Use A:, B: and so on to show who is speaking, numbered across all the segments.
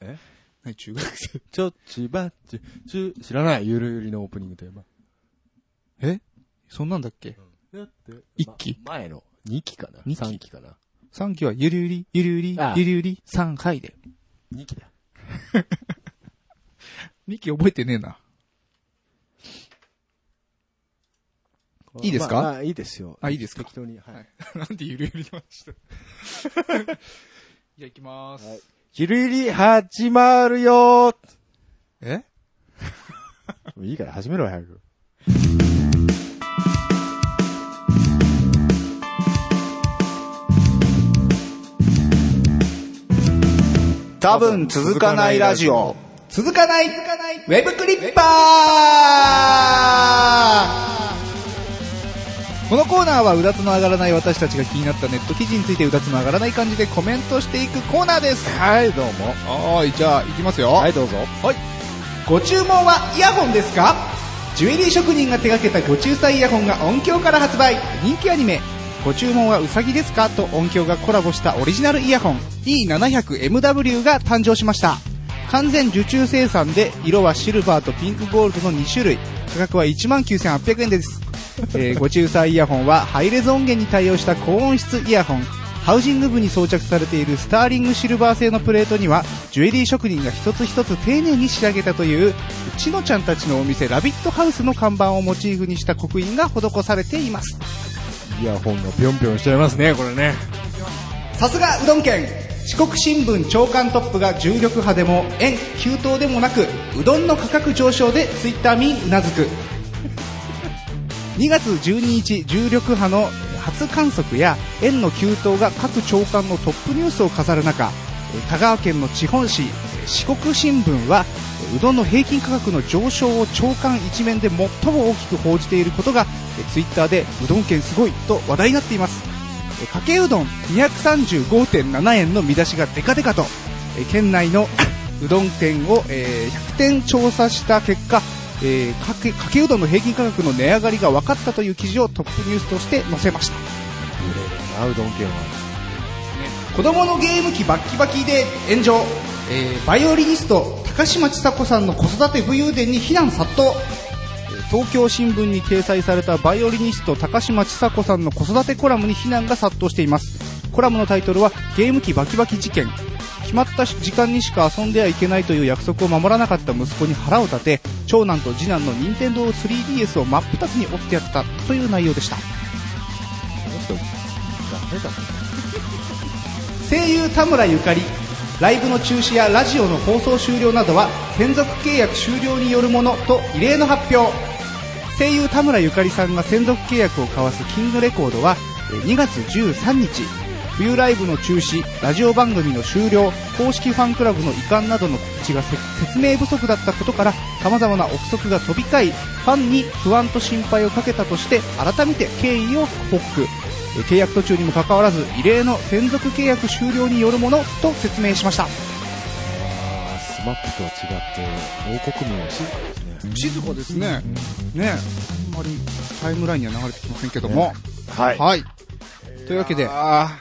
A: え
B: 何中学生。
A: ちょっちばっち、ちゅ、知らない、ゆるゆりのオープニングテーマ。
B: えそんなんだっけ
A: だって、
B: 一期
A: ま前の、二期かな
B: 二期
A: 三期かな
B: ?3 期はゆりゆり、ゆりゆり
A: あ、あ
B: ゆりゆり、3回で。
A: 二期だ。
B: 2期覚えてねえな。 いいですか
A: まあまあいいですよ。
B: あ、いいですか
A: 適当に。はい
B: はい。なんでゆるゆりま したじゃあ行きまーす。
A: はいゆるゆり始まるよ
B: え
A: いいから始めろ、早く。
B: 多分続かないラジオ。続かない、続かない、ウェブクリッパーこのコーナーはうだつの上がらない私たちが気になったネット記事についてうだつの上がらない感じでコメントしていくコーナーです。
A: はい、どうも。
B: はーい、じゃあ行きますよ。
A: はい、どうぞ。
B: ご注文はイヤホンですかジュエリー職人が手掛けたご仲裁イヤホンが音響から発売人気アニメ「ご注文はウサギですか?」と音響がコラボしたオリジナルイヤホン E700MW が誕生しました完全受注生産で色はシルバーとピンクゴールドの2種類価格は19,800円です、 えーご仲裁イヤホンはハイレゾ音源に対応した高音質イヤホンハウジング部に装着されているスターリングシルバー製のプレートにはジュエリー職人が一つ一つ丁寧に仕上げたというちのちゃんたちのお店ラビットハウスの看板をモチーフにした刻印が施されています
A: イヤホンがぴょんぴょんしちゃいますね、これね。
B: さすがうどん県四国新聞長官トップが重力派でも円急騰でもなくうどんの価格上昇でツイッター民うなずく2月12日重力波の初観測や円の急騰が各長官のトップニュースを飾る中えー香川県の地方紙四国新聞はえーうどんの平均価格の上昇を長官一面で最も大きく報じていることがツイッター Twitter でうどん県すごいと話題になっていますえーかけうどん235.7円の見出しがデカデカとえー県内の うどん店を、えー100店調査した結果、えーかけかけうどんの平均価格の値上がりが分かったという記事をトップニュースとして載せました
A: あ、うどん県は。
B: 子供のゲーム機バッキバキで炎上、えーバイオリニスト高嶋ちさ子さんの子育て武勇伝に非難殺到えー東京新聞に掲載されたバイオリニスト高嶋ちさ子さんの子育てコラムに非難が殺到していますコラムのタイトルは「ゲーム機バキバキ事件」決まった時間にしか遊んではいけないという約束を守らなかった息子に腹を立て長男と次男の任天堂 3DS を真っ二つに折ってやったという内容でした
A: この人、ダメだ
B: 声優田村ゆかりライブの中止やラジオの放送終了などは専属契約終了によるものと異例の発表声優田村ゆかりさんが専属契約を交わすキングレコードはえー2月13日冬ライブの中止ラジオ番組の終了公式ファンクラブの遺憾などの告知がせ説明不足だったことから様々な憶測が飛び交いファンに不安と心配をかけたとして改めて経緯を報告えー契約途中にもかかわらず異例の専属契約終了によるものと説明しました
A: あースマップとは違って、王国民は静かですね。
B: 静かですねねあんまりタイムラインには流れてきませんけども、
A: は
B: はいというわけで
A: あ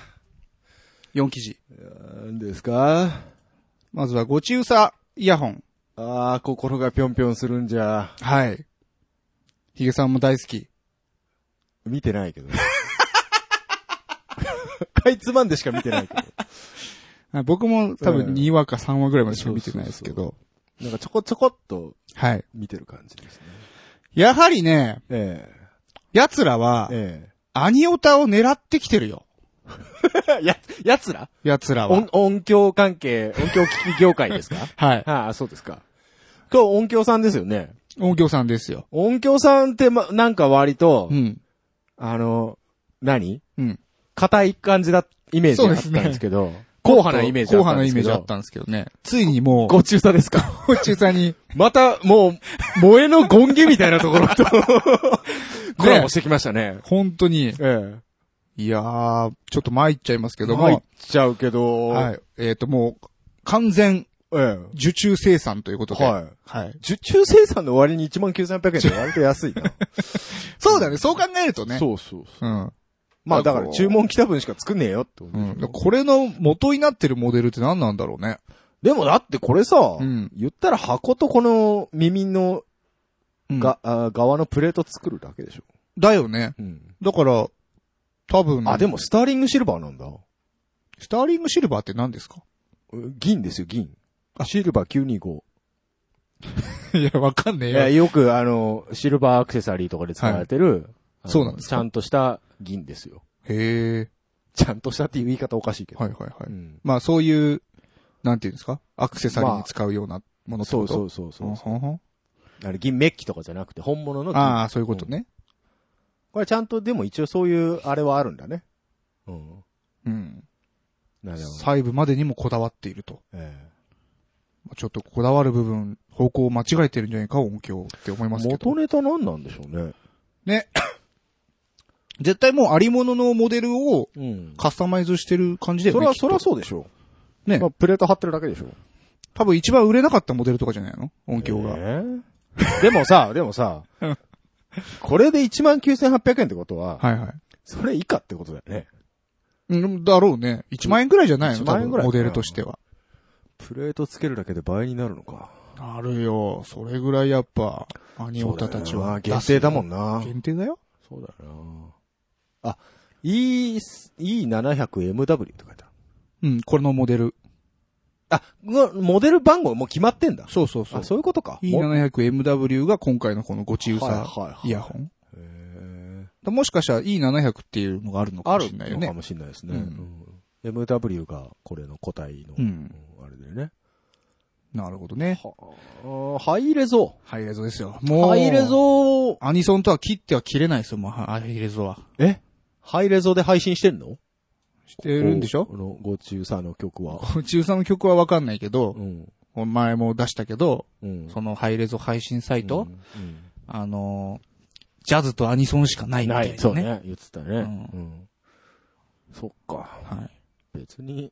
B: 4記事
A: ーなんですか
B: まずはごちうさイヤホン
A: ああ、心がぴょんぴょんするんじゃ、
B: はいヒゲさんも大好き
A: 見てないけど。 かいつまんでしか見てないけど。
B: あ僕も多
A: うん
B: 分2話か3話ぐらいまでしか見てないですけ
A: そう
B: ど
A: なんかちょこちょこっと
B: はい
A: 見てる感じですね。
B: やはりね
A: え
B: 奴らは
A: え。え
B: アニオタを狙ってきてるよ
A: え。 や、やつら
B: 奴らは
A: 音音響関係、音響機器業界ですか
B: は い
A: ああ、そうですか。今日音響さんですよね。
B: 音響さんですよ
A: 音響さんって、ま、なんか割と、
B: うん
A: あの、何
B: うん
A: 硬い感じだ、イメージ
B: そう
A: だ
B: で
A: った
B: す
A: ん
B: ね
A: ですけど、硬派なイメージだ
B: 後
A: った
B: 半
A: ん
B: の
A: で
B: イ
A: す
B: メ
A: け
B: ージ
A: ど。
B: あったんですけどね。ついにもう、
A: ご中佐ですか
B: ご中さんに、
A: また、もう、萌えのゴンゲみたいなところ と、コラボしてきましたね。
B: 本当に、
A: え
B: いやー、ちょっと参っちゃいますけ
A: え。
B: ど
A: 入っ
B: も、
A: ちゃうけど、。
B: はいい。えっ、と、もう、完全
A: え
B: 受注生産ということ
A: え。
B: で。
A: はい。
B: はい。
A: 受注生産の割に19,300円って割と安いな。
B: そうだね、 そう考えるとね。
A: そうそうそう。
B: う。ん。
A: まあだから注文来た分しか作んねえよってこと
B: う
A: でしょ
B: ん。これの元になってるモデルって何なんだろうね。
A: でもだってこれさ、
B: うん
A: 言ったら箱とこの耳の
B: が、
A: が、あー側のプレート作るだけでしょ。
B: だよね。
A: うん。
B: だから、多分。
A: あ、でもスターリングシルバーなんだ。
B: スターリングシルバーって何ですか
A: 銀ですよ、銀。シルバー925。
B: いや、わかん ね
A: いや、よくあの、シルバーアクセサリーとかで使われてる、あの
B: そうなんですか
A: ちゃんとした銀ですよ。
B: へえ。
A: ちゃんとしたっていう言い方おかしいけど。
B: はいはいはい。
A: うん
B: まあそういう、なんていうんですかアクセサリーに使うようなものって
A: そ
B: こ
A: う
B: と
A: そうそうそう。
B: うんほん
A: あれ、銀メッキとかじゃなくて、本物
B: ほ
A: の
B: ん
A: 銀。
B: ああ、そういうことね。
A: これちゃんと、でも一応そういう、あれはあるんだね。うん。
B: うん。
A: なるほど。
B: 細部までにもこだわっていると。
A: え
B: ちょっとこだわる部分、方向を間違えてるんじゃないか、音響って思い
A: え
B: ますけど
A: 元。ネタ何なんでしょうね。
B: ね。絶対もうありもののモデルを
A: うん。
B: カスタマイズしてる感じだ
A: そ
B: よね。
A: れは、
B: きっ
A: そ
B: と
A: れはそうでしょう。
B: ね
A: まあ、プレート貼ってるだけでしょう。
B: 多分一番売れなかったモデルとかじゃないの音響が。
A: ええでもさ、でもさ、これで19,800円ってことは、
B: はいはい。
A: それ以下ってことだよね。
B: うんだろうね。1万円くらいじゃないの
A: 1
B: 多
A: 万
B: 分
A: 円ぐらい
B: モデルとしては。
A: プレートつけるだけで倍になるのか。
B: なるよ。それぐらいやっぱ、アニオタたちは。
A: 限定だも
B: ん。
A: んな。
B: 限定だよ。
A: そうだよな。あ、E、E700MW って書いてある。
B: うん、これのモデル。
A: あ、がモデル番号もう決まってんだ。
B: そうそうそう
A: あ、。そういうことか。も
B: E700MW が今回のこのごちう
A: はいは
B: さ
A: いはい
B: イヤホン。
A: へー
B: だもしかしたら E700 っていうのがあるのか
A: あ
B: も
A: る
B: しれないよ
A: のか
B: ね。
A: もしれないですね。
B: う
A: うんん MW がこれの個体の、
B: う
A: うん
B: ん。
A: あれでね。
B: なるほどね。
A: はあ、ハイレゾ
B: ハイレゾですよ。
A: ー。
B: もう。
A: ハイレゾー。
B: アニソンとは切っては切れないですよ、もう、ハイレゾは。
A: えハイレゾーで配信してんの
B: してるんでしょ
A: この、ご中さの曲は。
B: 中さんの曲はわかんないけど
A: う、ん。
B: 前も出したけど、
A: うん。
B: そのハイレゾ配信サイト、
A: うん
B: あのー、ジャズとアニソンしかないみた
A: ない
B: な、
A: い
B: ね。。
A: そう。ね。言ってたね。
B: う
A: うんん。そっか。
B: はい。
A: 別に。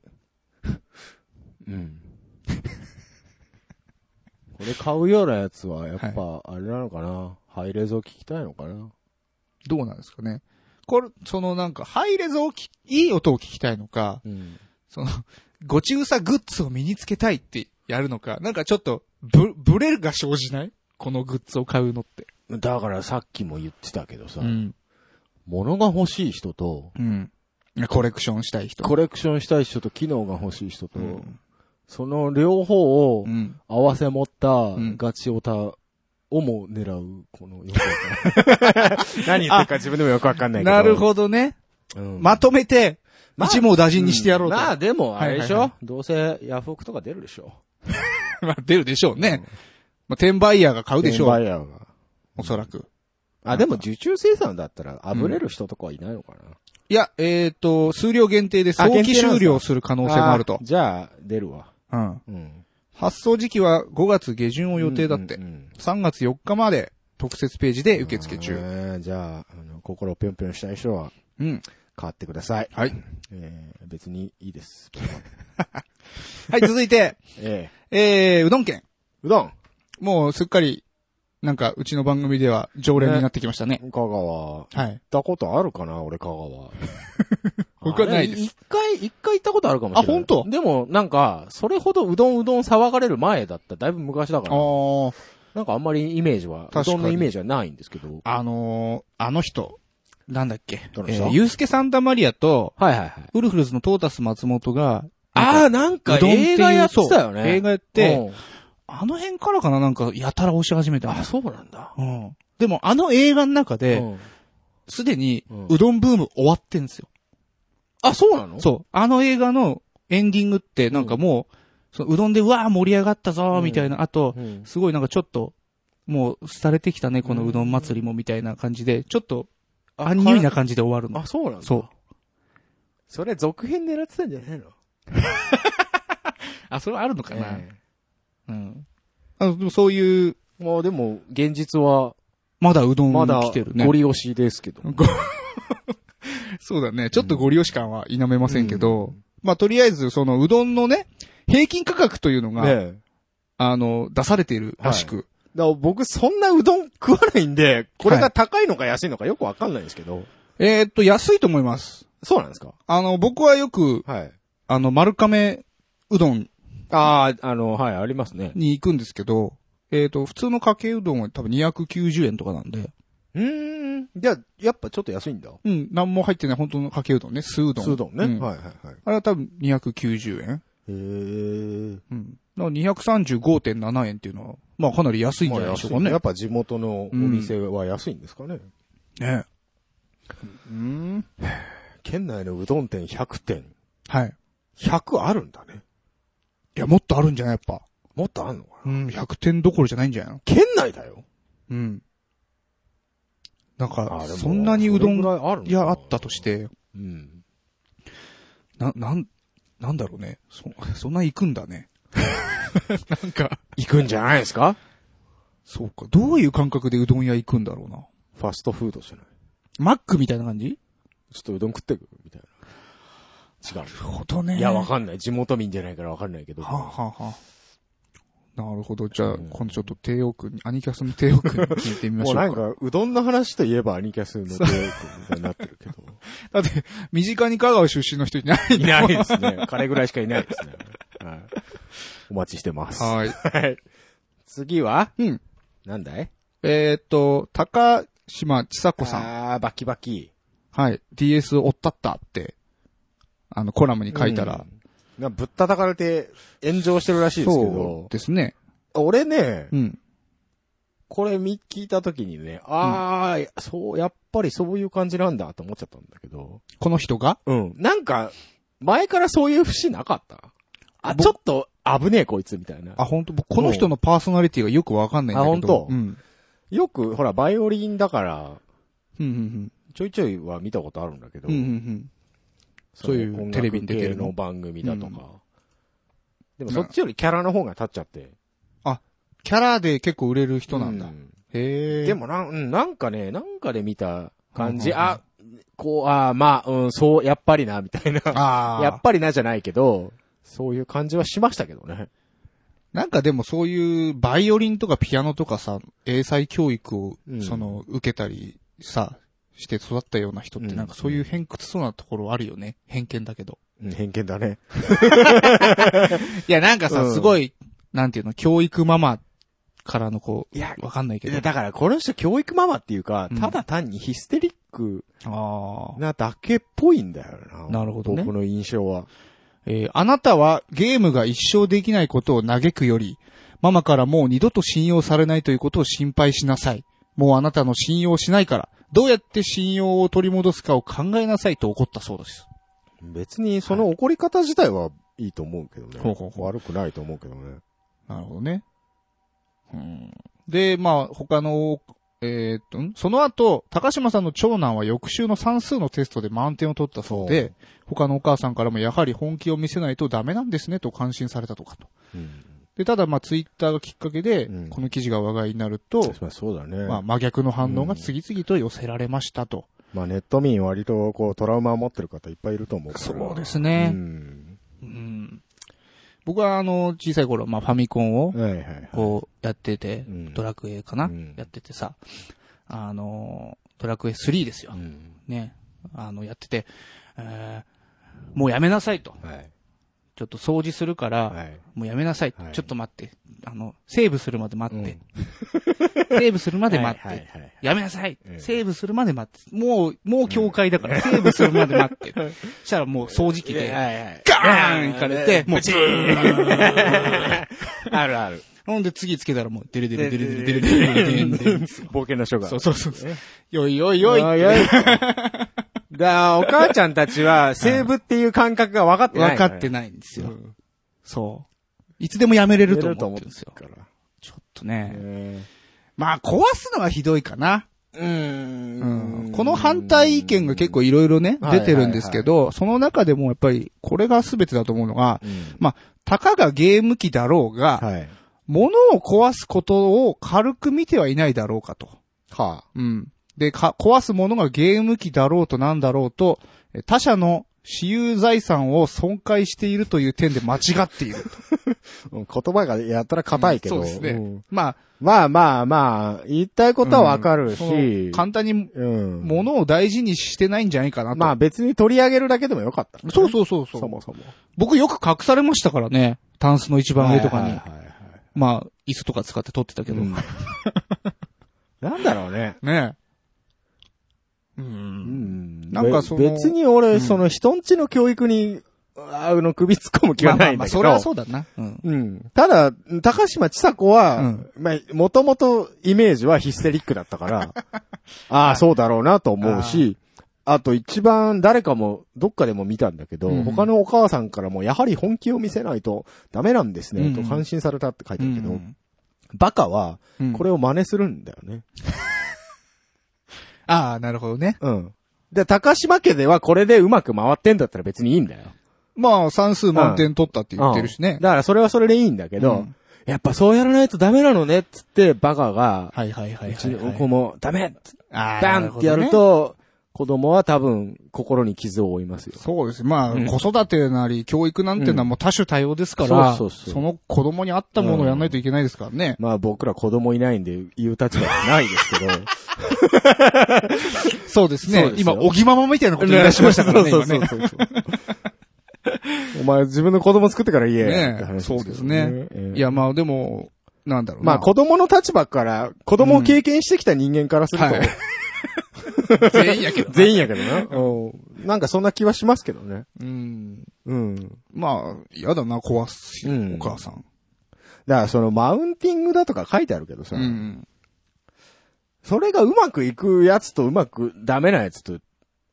A: うん。 これ買うようなやつは、やっぱ、あれなのかな。ハイレゾー聞きたいのかな。
B: どうなんですかね。これ、そのなんか、ハイレゾをき、いい音を聞きたいのか、
A: うん。
B: その、ごちうさグッズを身につけたいってやるのか、なんかちょっと、ぶ、ぶれが生じないこのグッズを買うのって。
A: だからさっきも言ってたけどさ、
B: ん。
A: 物が欲しい人と、
B: うん。コレクションしたい人。
A: コレクションしたい人と機能が欲しい人と、
B: うん
A: その両方を
B: うん。
A: 合わせ持った
B: ん
A: ガチオタをも狙う、このよくわかんない 何言ってるか自分でもよくわかんないけど。
B: なるほどね。
A: ど。
B: まとめて、
A: まあ
B: 一網打尽にしてやろうと。
A: まあでも、あれでしょ、
B: はいは
A: どうせヤフオクとか出るでしょ
B: まあ出るでしょうね。まあ、転売ヤーが買うでしょ
A: 転
B: う。
A: 売ヤーが
B: おそらく。
A: あ、でも受注生産だったら、あぶれる人とかはいないのかな、
B: いや、えっ、と、数量限定で早
A: あ限
B: 期
A: 定なんですか
B: 終了する可能性もあると。
A: じゃあ、出るわ。
B: うん。
A: うん。
B: 発送時期は5月下旬を予定だって。
A: うんうんうん
B: 3月4日まで特設ページで受付
A: ね
B: 中。
A: えじゃあ、あの、心をぴょんぴょんしたい人は、
B: うん。
A: 買ってください。
B: はい。
A: えー、別にいいです。
B: はい、続いて、
A: ええ
B: えー、うどん県。
A: うどん
B: もうすっかり、なんか、うちの番組では常連になってきましたね。
A: 香川、行っ
B: はい。
A: たことあるかな俺香 川。
B: 僕はないです
A: あ一回、一回行ったことあるかもしれない。
B: あ本当
A: でも、なんか、それほどうどんうどん騒がれる前だった。だいぶ昔だか
B: あ
A: ら。
B: ー、
A: なんかあんまりイメージは、う
B: 確かに
A: どんのイメージはないんですけど。
B: あのー、あの人。なんだっけ。
A: どの
B: え
A: 人
B: ー、ユースケ・サンタマリアと、
A: はいはいはい。
B: ウルフルズのトータス松本が、
A: ああ、なんか
B: うどんってい
A: 映画や
B: う、
A: って
B: そう
A: たよね。
B: 映画やっ
A: う
B: て、
A: ん、
B: あの辺からかななんか、やたら押し始めたん
A: あ、
B: です。
A: そうなんだ。
B: うん。でも、あの映画の中
A: う
B: で、
A: ん
B: すでに
A: うん、
B: うどんブーム終わってんですよ。
A: あ、そうなの
B: そう。あの映画のエンディングって、なんかもう、そのうどんで、うわー盛り上がったぞー、みたいな、あと、
A: うん
B: すごいなんかちょっと、もう、廃れてきたね、このうどん祭りも、みたいな感じで、ちょっと、アンニュイな感じで終わるの。
A: あ、そうなんだ。
B: そう。
A: それ続編狙ってたんじゃないの
B: あ、それはあるのかな
A: え
B: うん。あの、でもそういう、
A: えまあでも、現実は、
B: まだうどん
A: まだ
B: 来てる、ね。
A: ゴリ押しですけど。
B: ごそうだね。ちょっとご利用し感は否めませんけど、まあ、とりあえず、その、うどんのね、平均価格というのが、
A: ねえ。
B: あの、出されているらしく、
A: だから僕、そんなうどん食わないんで、これが高いのか安いのかよくわかんないんですけど。
B: えーっと、安いと思います。
A: そうなんですか
B: あの、僕はよく、
A: はい。
B: あの、丸亀うどん
A: ああ、あの、はい、ありますね。
B: に行くんですけど、えっ、と、普通のかけうどんは多分290円とかなんで、
A: うーん。じゃあ、やっぱちょっと安いんだ。
B: うん、なんも入ってない本当のかけうどんね、酢うどん。
A: スードンね。
B: うん
A: はいはいはい。へ
B: あれは多分290円。
A: え。
B: うん。だから235.7円っていうのは、まあかなり安いんじゃないでしょうかね。
A: やっぱ地元のお店は安いんですかね。
B: ね。うん。
A: 県内のうどん店100店。
B: はい。い
A: 100あるんだね。
B: や、もっとあるんじゃないやっぱ。
A: もっとあんのかな
B: うん、100点どころじゃないんじゃないの
A: 県内だよ。
B: うん。なん
A: あ
B: か、
A: でも
B: そんなにうどん
A: それぐらいあるのかない
B: やあったとして、
A: うん。
B: な、なん、なんだろうね。そ、そんな行くんだね。なんか、
A: 行くんじゃないですか
B: そうか。どういう感覚でうどん屋行くんだろうな。
A: ファストフードじゃない。
B: マックみたいな感じ
A: ちょっとうどん食ってくみたいな。違う。
B: ほどね
A: いや、わかんない。地元民じゃないからわかんないけど。
B: はあ、はあはあ、なるほど。じゃあ、今度ちょっと帝王君に、アニキャスの帝王君に聞いてみまし
A: も
B: ょ
A: う
B: うか。
A: なんか、うどんの話といえばアニキャスのテレみたいになってるけ ど。
B: だって、身近に香川出身の人いない
A: いないですね。彼ぐらいしかいないですね。はい。お待ちしてます。
B: はい。
A: はい。次は
B: うん。
A: なんだい
B: えー、っと、高島千佐子さん。
A: あー、バキバキ。
B: はい。DS 追ったったって、あの、コラムに書いたら、
A: うん。なんかぶったたかれて炎上してるらしいですけ
B: そ
A: ど
B: う。ですね。
A: 俺ね、
B: うん。
A: これ見聞いた時にね、あー、そう、やっぱりそういう感じなんだと思っちゃったんだけど。
B: この人が
A: うん。なんか、前からそういう節なかったあ、
B: ぼ
A: ちょっと危ねえこいつみたいな。
B: あ、本当僕、この人のパーソナリティがよくわかんないんだけど。
A: あ本当
B: うん。
A: よく、ほら、バイオリンだから、
B: うん、うん、
A: ちょいちょいは見たことあるんだけど、
B: うん。うん、うん、うん。そういう
A: の
B: テレビに出てる
A: 音楽系
B: の
A: の番組だと
B: うん
A: か。でもそっちよりキャラの方が立っちゃって。
B: キャラで結構売れる人なんだ。
A: う
B: へえ。
A: で、もなん、うんなんかね、なんかで見た感じ、
B: うんうんうん
A: あ、こう、あまあ、うん、そう、やっぱりな、みたいな。
B: ああ。
A: やっぱりなじゃないけど、そういう感じはしましたけどね。
B: なんかでもそういうバイオリンとかピアノとかさ、英才教育を
A: うん、
B: その、受けたりさ、して育ったような人って
A: うん
B: なんかそういう偏屈そうなところあるよね。偏見だけど。
A: うん、偏見だね。
B: いや、なんかさ、
A: うん
B: すごい、なんていうの、教育ママからのこ
A: いや
B: う、、わかんないけ
A: い
B: ど。
A: や
B: あ
A: だからこの人教育ママっていうか
B: うん、
A: ただ単にヒステリック
B: あー。
A: なだけっぽいんだよな。
B: なるほどね
A: 僕の印象は。
B: えーあなたはゲームが一生できないことを嘆くより、ママからもう二度と信用されないということを心配しなさい。もうあなたの信用しないから、どうやって信用を取り戻すかを考えなさいと怒ったそうです。
A: 別にその怒り方自体はいいと思うけどね。
B: ほうほうほう
A: 悪くないと思うけどね。
B: なるほどね。うん。で、まあ、他の、えーっと、んその後、高島さんの長男は翌週の算数のテストで満点を取ったそうで、他のお母さんからもやはり本気を見せないとダメなんですねと感心されたとかと。
A: うん、
B: で、ただまあ、ツイッターがきっかけで
A: う、ん
B: この記事が話題になると、
A: まあそうだね。
B: ま
A: ま
B: あ、
A: あ、
B: 真逆の反応が次々と寄せられましたと。
A: ネット民割とこうトラウマを持ってる方いっぱいいると思うから。
B: す
A: う。ん。
B: うん。僕はあの、小さい頃、まあ、ファミコンを、
A: はいはいはい。
B: こう、やってて
A: う、ん
B: ドラクエかな、
A: うん
B: やっててさ、あのー、ドラクエ3ですよ。
A: うん。
B: ね。あの、やってて、えーもうやめなさいと。
A: はい。
B: ちょっと掃除するから、
A: はい。
B: もうやめなさい,、
A: はい
B: ちょっと待って。あの、セーブするまで待って。セーブするまで待って。
A: はいはいはい
B: やめなさい、
A: ええ
B: セーブするまで待って。もう、もう境界だから、セーブするまで待って。そしたらもう掃除機で、ガーン行かれて、もう、
A: あるある。
B: ほんで次つけたらもう、デレデレデレデレデレデレデレデレ
A: 冒険の書が。
B: そうそうそうそう。よいよいよい。
A: おいおいだお母ちゃんたちは、セーブっていう感覚が分かってない。
B: 分かって
A: い。
B: ないんですよ。そう。いつでもやめれると思ってるんですよ。
A: から。
B: ちょっとね。
A: う
B: まあ、壊すのはひどいかな。うんん。この反対意見が結構いろいろね、
A: はいはい
B: 出
A: はい
B: てるんですけど、その中でもやっぱり、これが全てだと思うのが、
A: うん
B: まあ、たかがゲーム機だろうが、
A: はい。
B: 物を壊すことを軽く見てはいないだろうかと。
A: は
B: うん。で、か、壊すものがゲーム機だろうとなんだろうと、え他社の私有財産を損壊しているという点で間違っている。
A: 言葉がやったら 硬いけど。
B: そうですね。
A: ん
B: ま
A: まあまあまあ、言いたいことはわかる
B: あ、その
A: し。
B: 簡単に
A: うん。
B: 物を大事にしてないんじゃないかなと。
A: まあ別に取り上げるだけでもよかった。
B: そうそうそうそう。
A: そもそも。
B: 僕よく隠されましたからね。タンスの一番上とか
A: はい
B: に
A: は、いはいはい
B: まあ、椅子とか使って撮ってたけど。
A: うん なんだろうね。
B: ねえ。
A: う
B: う。
A: んん
B: なんかその
A: べ別に俺、その人んちの教育に、あの、首突っ込む気
B: ま
A: は
B: あま
A: な
B: あ
A: いん
B: ま
A: だ
B: あ、
A: けど。
B: それはそうだな。うん。
A: うん。ただ、高島千佐子は、
B: うん
A: まあ、もともとイメージはヒステリックだった から、ああ、そうだろうなと思うし、あと一番誰かも、どっかでも見たんだけど、
B: うん
A: 他のお母さんからも、やはり本気を見せないとダメなんですね、
B: うん
A: と感心されたって書いてあるけど、
B: うん
A: バカは、
B: うん
A: これを真似するんだよね。
B: ああ、なるほどね。
A: うん。で、高島家ではこれでうまく回ってんだったら別にいいんだよ。
B: まあ、算数満点取ったって言ってるし
A: う
B: ね
A: ん。だからそれはそれでいいんだけど、
B: うん
A: やっぱそうやらないとダメなのね、つって、バカが、
B: はいはいはいはいう
A: ち
B: は
A: の
B: い。
A: 子も、ダメ
B: あー
A: バンってやる、
B: なほど
A: と、
B: ね
A: 子供は多分、心に傷を負いますよ。
B: そうです。まあ、
A: うん
B: 子育てなり、教育なんていうのはもう多種多様ですから、
A: そうそうそう
B: の子供に合ったものをやらないといけないですからね。
A: まあ僕ら子供いないんで言う立場はないです けど。
B: そうです
A: そ
B: ね
A: う。ですよ
B: 今、おぎままみたいなこと言い出しましたからね、
A: そう
B: 今
A: そ
B: ね
A: う。そうそう。お前自分の子供作ってから言えよって
B: ね
A: 話
B: そう
A: け
B: で
A: ど
B: すね。
A: ええ
B: いや、まあでも、なんだろう
A: ま
B: な。
A: あ子供の立場から、子供を経験してきた人間からすると、
B: はい全員やけど。
A: 全員やけどな。うんなんかそんな気はしますけどね。
B: うん。
A: うん。
B: まあ、嫌だな、壊すし、
A: うん
B: お母さん。
A: だからそのマウンティングだとか書いてあるけどさ、
B: うん。
A: それがうまくいくやつとうまくダメなやつと、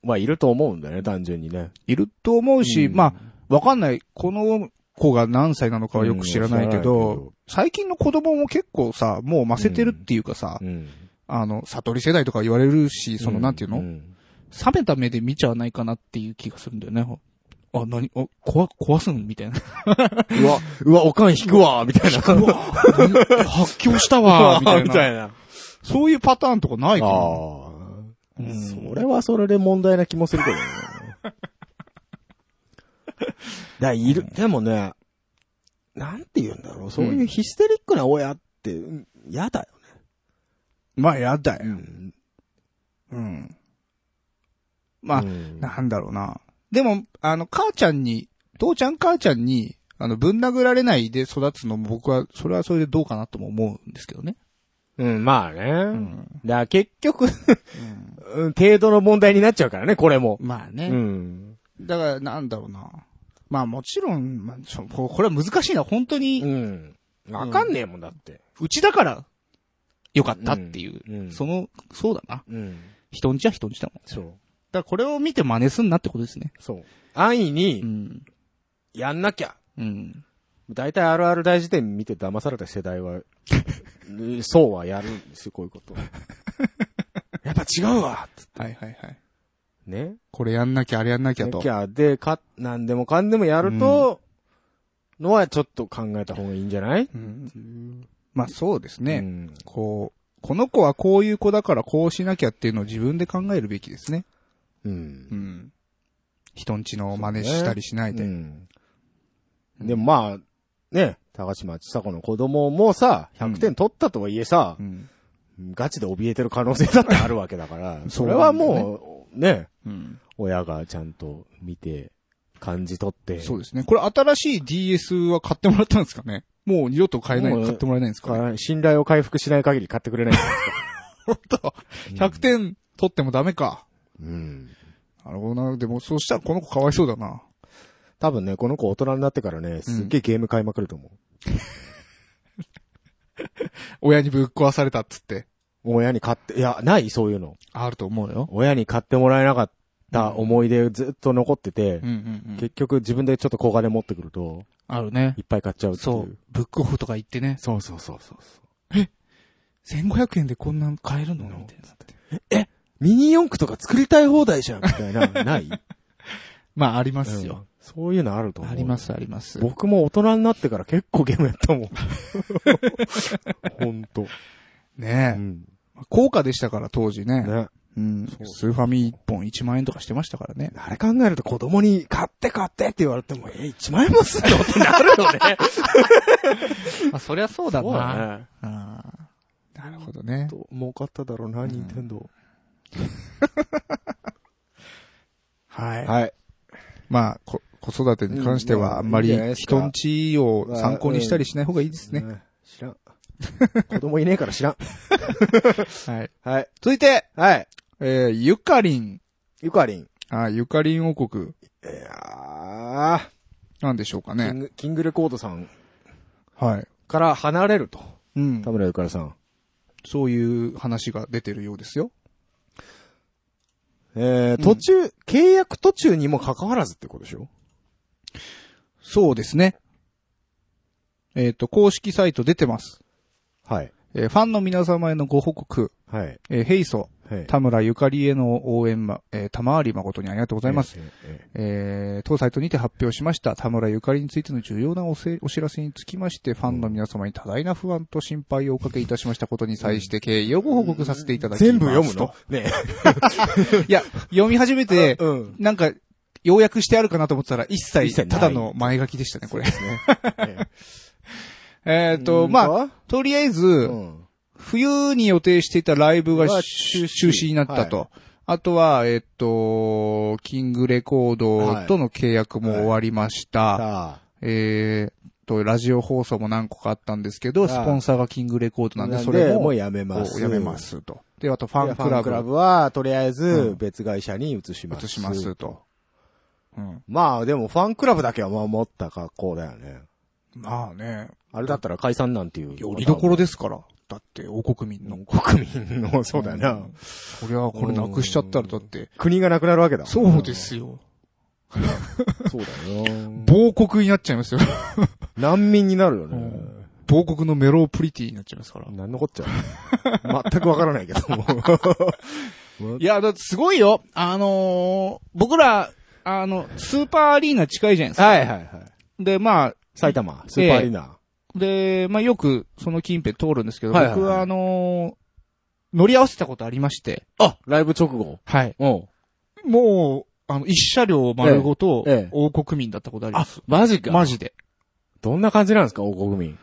A: はいると思うんだよね、単純にね。
B: いると思うし、
A: うん
B: まあ、わかんない。この子が何歳なのかはよく知らない
A: うん知ら
B: けど、
A: ないけど
B: 最近の子供も結構さ、もうませてるっていうかさ、
A: ん。
B: あの、悟り世代とか言われるし、その、なんていうの、
A: ん
B: 冷めた目で見ちゃわないかなっていう気がするんだよね。あ、何あ、壊、壊すんみたいな。
A: うわ、うわ、おかん引くわ、みたいな。
B: うわ 発狂した わ、みたいな。
A: いな。
B: そういうパターンとかな
A: あ
B: いか
A: あ
B: な。
A: ー。それはそれで問題な気もするけどね。だ、いる、でもね、なんて言うんだろう、そういうヒステリックな親って、うん嫌だよ
B: まあ、やだ
A: ね。
B: よ。うん。まあ、
A: うん
B: なんだろうな。でも、あの、母ちゃんに、父ちゃん母ちゃんに、あの、ぶん殴られないで育つのも僕は、それはそれでどうかなとも思うんですけどね。
A: うん、まあね。
B: う
A: だか
B: ん。
A: ら結局、 うん程度の問題になっちゃうからね、これも。
B: まあ
A: う
B: ね。
A: ん。
B: だから、なんだろうな。まあもちろん、まあ、ちょここれは難しいな。本当に、
A: うん。わかんねえもんだって。
B: うちだから、よかったっていう。
A: うん。
B: その、そうだな。
A: うん。
B: 人んちは人んちだもん。だか
A: そう。
B: らこれを見て真似すんなってことですね。
A: そう。安易
B: う
A: に、
B: ん。
A: やんなきゃ。
B: うん。
A: 大体あるある大辞典見て騙された世代は、 うんそうはやるんですよ、こういう こと。やっぱ違うわつっ
B: はいはいはい。
A: てね。
B: これやんなきゃ、あれやんなきゃと。
A: きゃ、で、か、なんでもかんでもやると、のはちょっと考えた方がいいんじゃない
B: うん。まあそうですね。
A: うん
B: こう、この子はこういう子だからこうしなきゃっていうのを自分で考えるべきですね。
A: うん
B: う。ん。人んちの真似したりしないで。
A: うんでもまあ、ね、高島千佐子の子供もさ、100点取ったとはいえさ
B: う、ん。
A: ガチで怯えてる可能性だってあるわけだ から、それはもう、ね、
B: うん。
A: 親がちゃんと見て、感じ取って、
B: そうですね。これ新しい DS は買ってもらったんですかねもう二度と買えない、
A: もう
B: 買ってもらえないんですか、ね、
A: から信頼を回復しない限り買ってくれ ない。
B: 本 当 ?100 点取ってもダメか。
A: うん。
B: なるほどな。でも、そうしたらこの子かわいそうだな。
A: 多分ね、この子大人になってからね、すっげえゲーム買いまくると思
B: 親にぶっ壊されたっつって。
A: う。親に買って、いや、ないそういうの。
B: あると思うよ。
A: 親に買ってもらえなかった思い出ずっと残ってて、
B: うんうんうん。
A: 結局自分でちょっと小金持ってくると、
B: あるね
A: い。っぱい買っちゃうっていう。
B: そう。。ブックオフとか行ってね。
A: そうそうそうそうそ
B: 1500円でこんなん買えるのみたいな。
A: う。ミニ四駆とか作りたい放題じゃんみたいな、 ない
B: まあ、ありま
A: です
B: よ。
A: そういうのあると思う。
B: あります、あります。
A: 僕も大人になってから結構ゲームやったもん。ほ んと。う
B: ね
A: ん。
B: え。高価でしたから、当時ね。
A: ね。
B: うん
A: そう。
B: スーファミ1本1万円とかしてましたからね。
A: あれ考えると子供に買って買ってって言われても、え、1万円もすん のってなるよね。
B: あ、そりゃそうだ
A: そう
B: な。
A: だね。
B: あーなるほどね。
A: と儲かっただろうな、任天堂。
B: はい。
A: はい。
B: まあ、こ、子育てに関しては、あんま
A: うんいいん
B: り
A: じゃないですか
B: 人んちを参考にしたりしない方がいいですね。
A: うん知らん。子供いねえから知らん。
B: はい。
A: はい。
B: 続いて、
A: はい。
B: えー、ゆかりん。
A: ゆかりん。
B: あ、ゆかりん王国。
A: いや
B: なんでしょうか
A: ー、キン
B: ね。
A: グ、キングレコードさん
B: はい。
A: から離れると。
B: うん
A: 田。村ゆかりさん。
B: そういう話が出てるようですよ。
A: えー、途中、契約途中にも関わらずってことでしょ
B: そうですね。えっ、と、公式サイト出てます。
A: はい。
B: えーファンの皆様へのご報告。
A: はい。
B: えーヘイソ、
A: はい。
B: 田村ゆかりへの応援ま、えー、賜り誠にありがとうございます。
A: えー。えーえー
B: えー当サイトにて発表しました田村ゆかりについての重要なおせお知らせにつきまして、ファンの皆様に多大な不安と心配をおかけいたしましたことに際して経緯をご報告させていただきます。
A: 全部読むのね
B: と いや、読み始め
A: え。、
B: て
A: うん。
B: なんか、要約してあるかなと思ってたら、一
A: 一切
B: 切、
A: ない
B: ただの前書きでしたね、これ。
A: ね
B: えっと、まあ、、とりあえ
A: う
B: ず、
A: ん。
B: 冬に予定していたライブが
A: は
B: 中
A: 中止
B: 中止になったと。あとは、えっと、キングレコードとの契約も終わりました。
A: さあ、
B: えーっと、ラジオ放送も何個かあったんですけど、
A: はい
B: スポンサーがキングレコードなんで、
A: なん
B: それ
A: でも
B: も
A: うやめます。
B: やめま。すと。で、あとフ
A: フ
B: ァ
A: ァ
B: ン
A: ン
B: ク
A: ク
B: ラ
A: ラ
B: ブ
A: ブ
B: を
A: は、とりあえ
B: う
A: ず
B: ん、
A: 別会社に移します。
B: 移します。と。うん。
A: まあ、でもファンクラブだけは守った格好だよね。
B: まあね、
A: あれだったら解散なんていう。
B: よりどころですから。だって、王国民の。
A: 国民の、そうだよな。
B: んそりゃ、これなくしちゃったら、だって。
A: 国がなくなるわけだ。
B: そうで。すよ。
A: そうだよな。
B: 亡国になっちゃいますよ。
A: 難民になるよ
B: う
A: ね。
B: ん亡国のメロープリティになっちゃいますから。
A: なんのこっちゃ。全くわからない けども。
B: いや、だってすごいよ。あのー僕ら、あの、スーパーアリーナ近いじゃないですか。
A: はいはいはい。
B: で、まあ、
A: 埼玉、スーパーアリーナ。
B: で、まあよくその近辺通るんですけど、
A: はいはいはい
B: 僕はあのー乗り合わせたことありまして、
A: あライブ直後。
B: はい。
A: うん。
B: もう、あの、一車両丸ごと
A: ええ、
B: 王国民だったことありま
A: あ
B: す。、
A: マジか。
B: マジで。
A: どんな感じなんですか、王国民。
B: い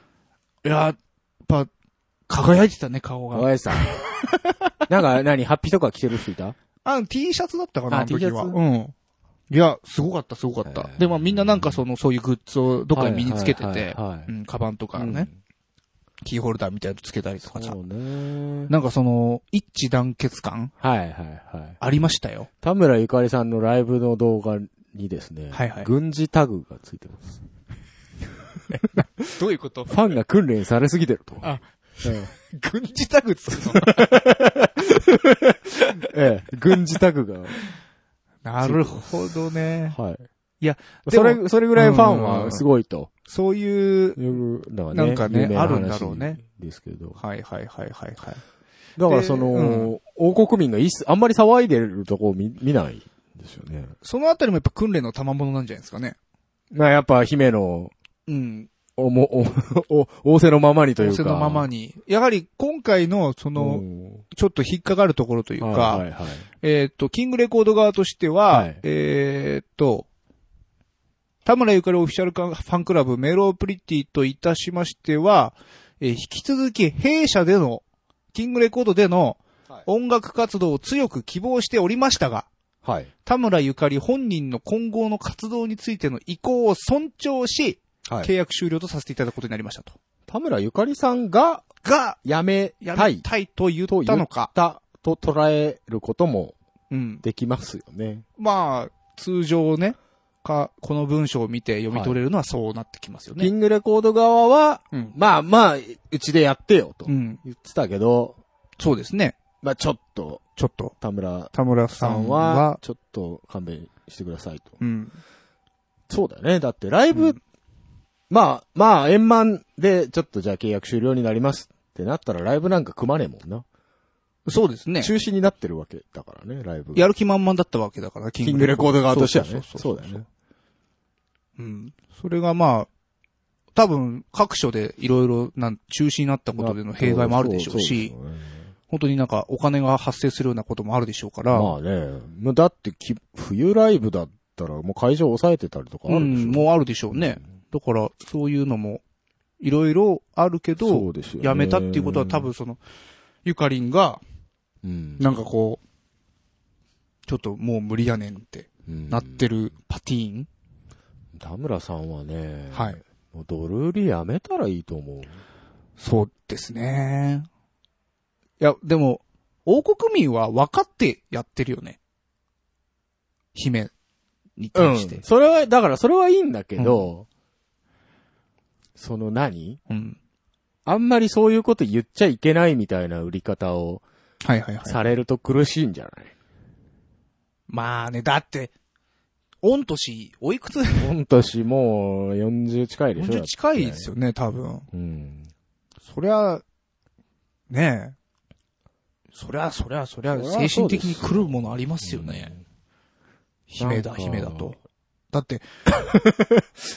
B: や、やっぱ、輝いてたね、顔
A: お
B: が。
A: やじさ ん。なんか、何、ハッピーとか着てる人いた
B: あの、T シャツだったかな、
A: あ
B: あの時は。
A: T シャツ
B: うん。いや、すごかった、すごかっ
A: へ
B: た。
A: え
B: で、まあみんななんかその、そういうグッズをどっかに身につけて
A: はい
B: て
A: はいはいはい、
B: うん、カバンとかね、キーホルダーみたいなのつけたりとかさ
A: そ。うね。
B: なんかその、一致団結感
A: はいはいはい。
B: ありましたよ。
A: 田村ゆかりさんのライブの動画にですね、
B: はいはい
A: 軍事タグがついてます。
B: どういうこと
A: ファンが訓練されすぎてると。
B: あ
A: え
B: 軍事タグつくの
A: え、ええ、軍事タグ が、
B: なるほどね。
A: はい。
B: いや、
A: そ
B: で
A: れ、それぐらいファン
B: うん
A: はすごいと。
B: そういう、
A: いうのが
B: なんかね
A: 有名な話
B: あるんだろうね
A: ですけど。
B: はいはいはいはいはい。
A: だからそ
B: で
A: の、王国民がいっす、あんまり騒いでるとこを見、見ないですよね。
B: そのあたりもやっぱ訓練の賜物なんじゃないですかね。
A: まあやっぱ姫の、
B: うん。
A: おも、 お、お、仰せのままにというか。
B: 仰せのままに。やはり今回の、そ
A: の
B: の、、ちょっと引っかかるところというか、
A: はいはいはい。
B: えーっと、キングレコード側としては、
A: はい
B: えーっと、田村ゆかりオフィシャルファンクラブメロープリティといたしましては、えー引き続き弊社での、キングレコードでの
A: はい
B: 音楽活動を強く希望しておりましたが、
A: はい。
B: 田村ゆかり本人の今後の活動についての意向を尊重し、
A: はい
B: 契約終了とさせていただくことになりましたと。
A: 田村ゆかりさんが、
B: が、
A: やめ
B: や
A: た
B: め
A: い
B: たいと言っ
A: と
B: た
A: 言
B: の
A: っ
B: か。
A: たと捉えることも
B: うん。
A: できますよね。
B: まあ、通常ね、か、この文章を見て読み取れるのはそうなってきますよね。
A: キングレコード側は、
B: うん。
A: まあまあ、うちでやってよと
B: うん。
A: 言ってたけど、
B: そうですね。
A: まあちょっと、
B: ちょっと、
A: 田村
B: 田村さ
A: さん
B: ん
A: は
B: は、、
A: ちょっと勘弁してくださいと。
B: うん。
A: そうだよね。だってライブ、
B: うん
A: まあ、まあ、円満で、ちょっとじゃあ契約終了になりますってなったらライブなんか組まねえもんな。
B: そうですね。
A: 中止になってるわけだからね、ライブが。
B: やる気満々だったわけだから、キ
A: キングレコード側としてはね。
B: そうそ
A: そうう
B: そう
A: だ
B: そう
A: よね。
B: うん。それがまあ、多分、各所でいろいろなん、中止になったことでの弊害もあるでしょうし、
A: そうそうですよね
B: 本当になんかお金が発生するようなこともあるでしょうから、
A: まあね、まあだってき、冬ライブだったらもう会場抑えてたりとかあ
B: う
A: るでしょ
B: ん、もうあるでしょうね。だから、そういうのも、いろいろあるけ
A: そ
B: ど
A: う、ですよね
B: やめたっていうことは多、分その、ゆかりんが、
A: うん
B: なんかこう、ちょっともう無理やねんって、
A: うん
B: なってるパティーン
A: 田村さんはね、
B: はい。
A: もうドル売りやめたらいいと思う。
B: そうですね。いや、でも、王国民は分かってやってるよね。姫に対して。
A: それは、だからそれはいいんだけど、その何
B: うん。
A: あんまりそういうこと言っちゃいけないみたいな売り方を
B: はいはいはい。
A: されると苦しいんじゃない、
B: まあね、だって、御年、おいくつ
A: 今年もう40近いでしょ
B: ?40 近いです
A: よ。
B: よね、多分。
A: うん。
B: そりゃ、ねえ。そりゃ、そりゃ、そりゃ、
A: そりゃそう
B: 精
A: です
B: 神的に来るものありますよね。姫だ、
A: なんか
B: 姫だと。だ って、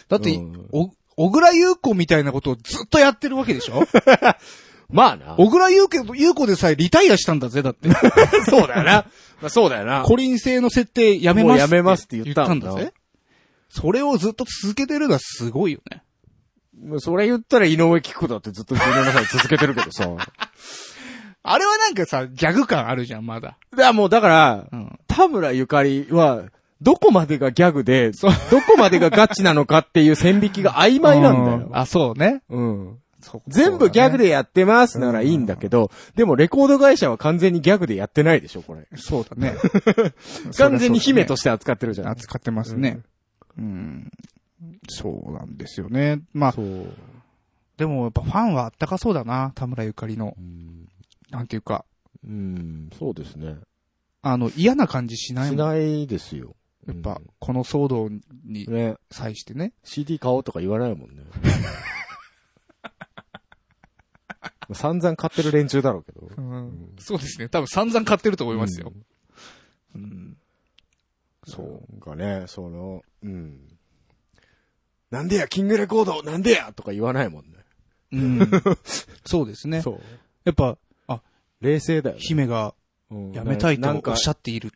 B: だって、
A: うん
B: お、小倉優子みたいなことをずっとやってるわけで しょ
A: まあな。
B: 小倉優子、優子でさえリタイアしたんだぜ、だ って。
A: そうだよな。 まあそうだよな。
B: コリン製の設定やめ
A: も
B: ま
A: う
B: す。
A: やめますって言ったんだ
B: 言ったんだぜ。それをずっと続けてるのはすごいよね。
A: それ言ったら井上貴子だってずっと17歳続けてるけど さ。だか
B: あれはなんかさ、ギャグ感あるじゃん、まだ。
A: らもうだから、
B: うん。
A: 田村ゆかりは、どこまでがギャグ で、どこまでがガチなのかっていう線引きが曖昧なんだよ。
B: あ、そうね。
A: うん。
B: そう
A: 全部ギャグ
B: で。
A: でやってますならいいんだけど、でもレコード会社は完全にギャグでやってないでしょ、これ。
B: そうだ ね。
A: 完全に姫と
B: し
A: して扱ってるじゃん。
B: 扱ってますね。うん。そうなんですよね。まあ、
A: そう。
B: でもやっぱファンはあったかそうだな、田村ゆかりの。
A: うん
B: なんていうか、
A: うん、そうですね。
B: あの、嫌な感じしない
A: し
B: もん。
A: ないですよ。
B: やっぱ、この騒動に
A: うんね、
B: 際してね。
A: CD 買おうとか言わないも んね。散々買ってる連中だろうけど。
B: うん。そうですね。多分散々買ってると思いますよ。うん。
A: そ。
B: そう
A: かね、その、うん。なんでや、キングレコード、なんでやとか言わないもんね。
B: う。うん。 そうですね。
A: そう。
B: やっぱ、
A: 冷静だよ、ね。
B: 姫が
A: うん
B: 辞めたいと
A: なん
B: お
A: か
B: っ、しゃっている。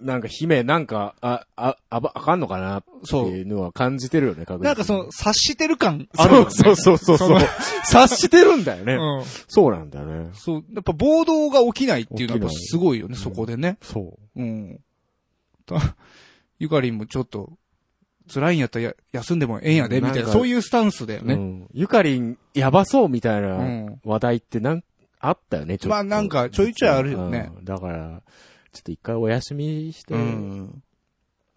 A: なんか姫、なんか、あ、あ、あば、あかんのかなって
B: そう。
A: いうのは感じてるよね、確実に
B: なんかその、、察してる感あるよ
A: そ
B: ね
A: うそうそうそうそう。 察してるんだよね。
B: うん。
A: そうなんだよね。
B: そう、やっぱ暴動が起きないっていうのはやっぱ
A: 起きない
B: すごいよね、そこでね。
A: そう。
B: うん。とゆかりんもちょっと、辛いんやったらや休んでもええんやで、みたい
A: なん
B: な、
A: か
B: そういうスタンスだよ
A: う
B: ね。
A: ん。ゆかりん、やばそうみたい
B: うん。
A: な話題ってなん、あったよね、ちょっと。
B: まあなんかちょいちょいあるよね
A: うん。だから、ちょっと一回お休みして、
B: う
A: も
B: ん。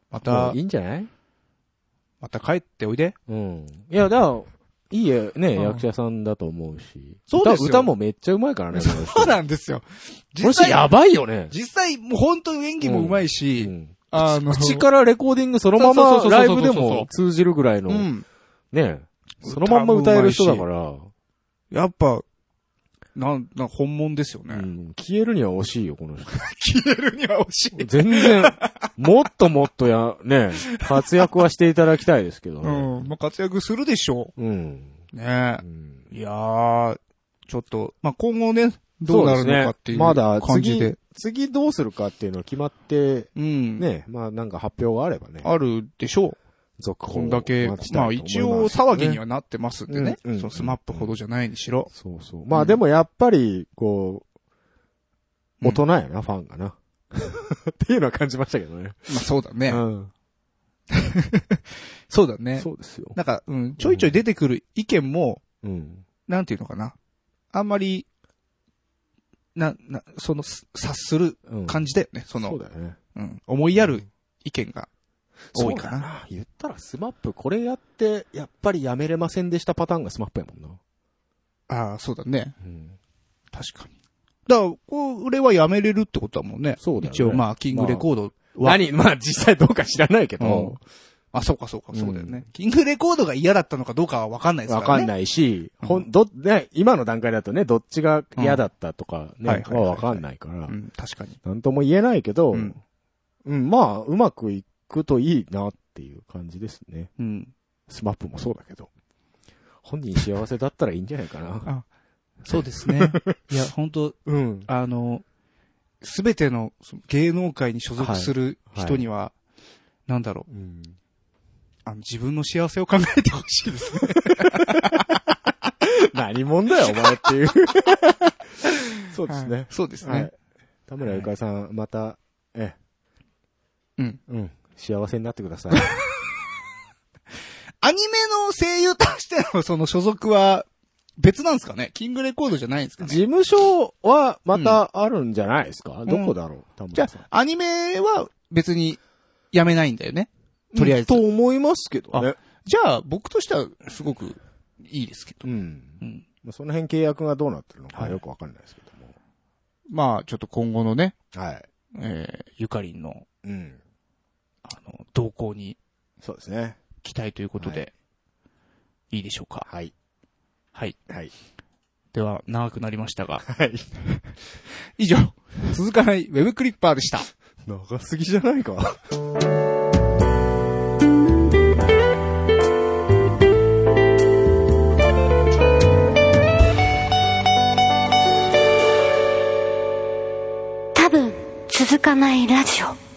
B: ま
A: う
B: た
A: いい、んじゃない
B: また帰っておいで。
A: うん。いや、だから、いいえね、
B: うん
A: 役者さんだと思うし。
B: そうですよ
A: 歌歌もめっちゃうまいからね、この人
B: そうなんですよ。
A: この人
B: 実際、
A: やばいよね。
B: 実際、もう本当に演技も上手いし、
A: うん
B: あの、
A: 口からレコーディングそのま
B: そう
A: ま
B: そうそうそう
A: ラ
B: そう
A: イ
B: そ
A: ブ
B: う
A: でも通じるぐらいの、
B: うん。
A: ね、そのまんま歌える人だから、
B: やっぱ、なん、なん、本物ですよ
A: う
B: ね。
A: ん、消えるには惜しいよ、この人。
B: 消えるには惜しい。
A: 全然、 もっともっとや、ね、活躍はしていただきたいですけど
B: う
A: ね。
B: ん。まあ、活躍するでしょ
A: うん。
B: う。ね
A: うん
B: いやー、ちょっと、まあ、今後ね、どうなるのかってい
A: そうですね
B: う
A: まだ
B: 感じで。
A: 次どうするかっていうのは決まって、
B: うん。
A: ね、まあなんか発表があればね、
B: あるでしょう。
A: 続報
B: こんだけ、
A: 待ちたい
B: ま
A: と
B: あ
A: 思いす
B: 一応騒ぎにはなってますんでね。
A: うんうん
B: そのスマップほどじゃないにしろ。
A: そうそう。まあでもやっぱり、こう、
B: う
A: 大
B: ん
A: 人やな、ファンがな。 っていうのは感じましたけどね。
B: まあそうだね。
A: ん。
B: そうだね。
A: そうですよ。
B: なんか、うん、ちょいちょい出てくる意見も、
A: うん。
B: なんていうのかな。あんまり、な、な、その、す察する
A: うん
B: 感じだよね。
A: そ
B: そ
A: う
B: の、
A: だよね。
B: うん、思いやる意見が多い
A: そ
B: か
A: う
B: な。
A: だな。言ったらスマップこれやって、やっぱりやめれませんでしたパターンがスマップやもんな。
B: ああ、そうだね。
A: うん。
B: 確かに。だから、これはやめれるってことだもんね。
A: そうだよね
B: 一応、まあ、キングレコードは。
A: 何まあ実際どうか知らないけ
B: うん
A: ど、
B: あ、そうかそうか、そうだよね。キングレコードが嫌だったのかどうかはわかんないです
A: わ
B: か
A: か
B: らね。
A: ん
B: い。
A: ないし、
B: うん
A: ほん、ど、ね、今の段階だとね、どっちが嫌だったとか
B: うんはい
A: ね、
B: はいはい
A: は
B: はい
A: わかんないから
B: う、ん、確かに。
A: なんとも言えないけど、
B: うん
A: うん、まあ、うまくいくといいなっていう感じですね。
B: うん。
A: スマップもそうだけど。本人幸せだったらいいんじゃないかな。
B: そうです ね。いや、本当
A: うん。
B: あの、すべてのその芸能界に所属する
A: はい
B: 人には、なんだろう
A: うん。
B: あの、自分の幸せを考えてほしいですね。
A: 何者だよ、お前っていう。 そうです
B: はい
A: ね。
B: そうですね。
A: はい。田村ゆかりさん、また、ええ、
B: うん。
A: うん。幸せになってください。
B: アニメの声優としてのその所属は別なんですかねキングレコードじゃないんですかね
A: 事務所はまたあるんじゃないですか、どこだろう多分。
B: じゃあ、アニメは別にやめないんだよね。とりあえず
A: と思いますけどね。
B: じゃあ、僕としてはすごくいいですけど。
A: うん。
B: うん。
A: まあその辺契約がどうなってるのか
B: はい
A: よくわかんないですけども。
B: まあ、ちょっと今後のね、
A: はい。
B: えー、ゆかりんの、
A: うん。
B: あの、動向に
A: そうですね。
B: 期待ということで、い、いでしょうか。
A: はい。
B: はい。
A: はい。
B: では、長くなりましたが、
A: はい。
B: 以上、続かないウェブクリッパーでした。
A: 長すぎじゃないか。
C: 多分続かないラジオ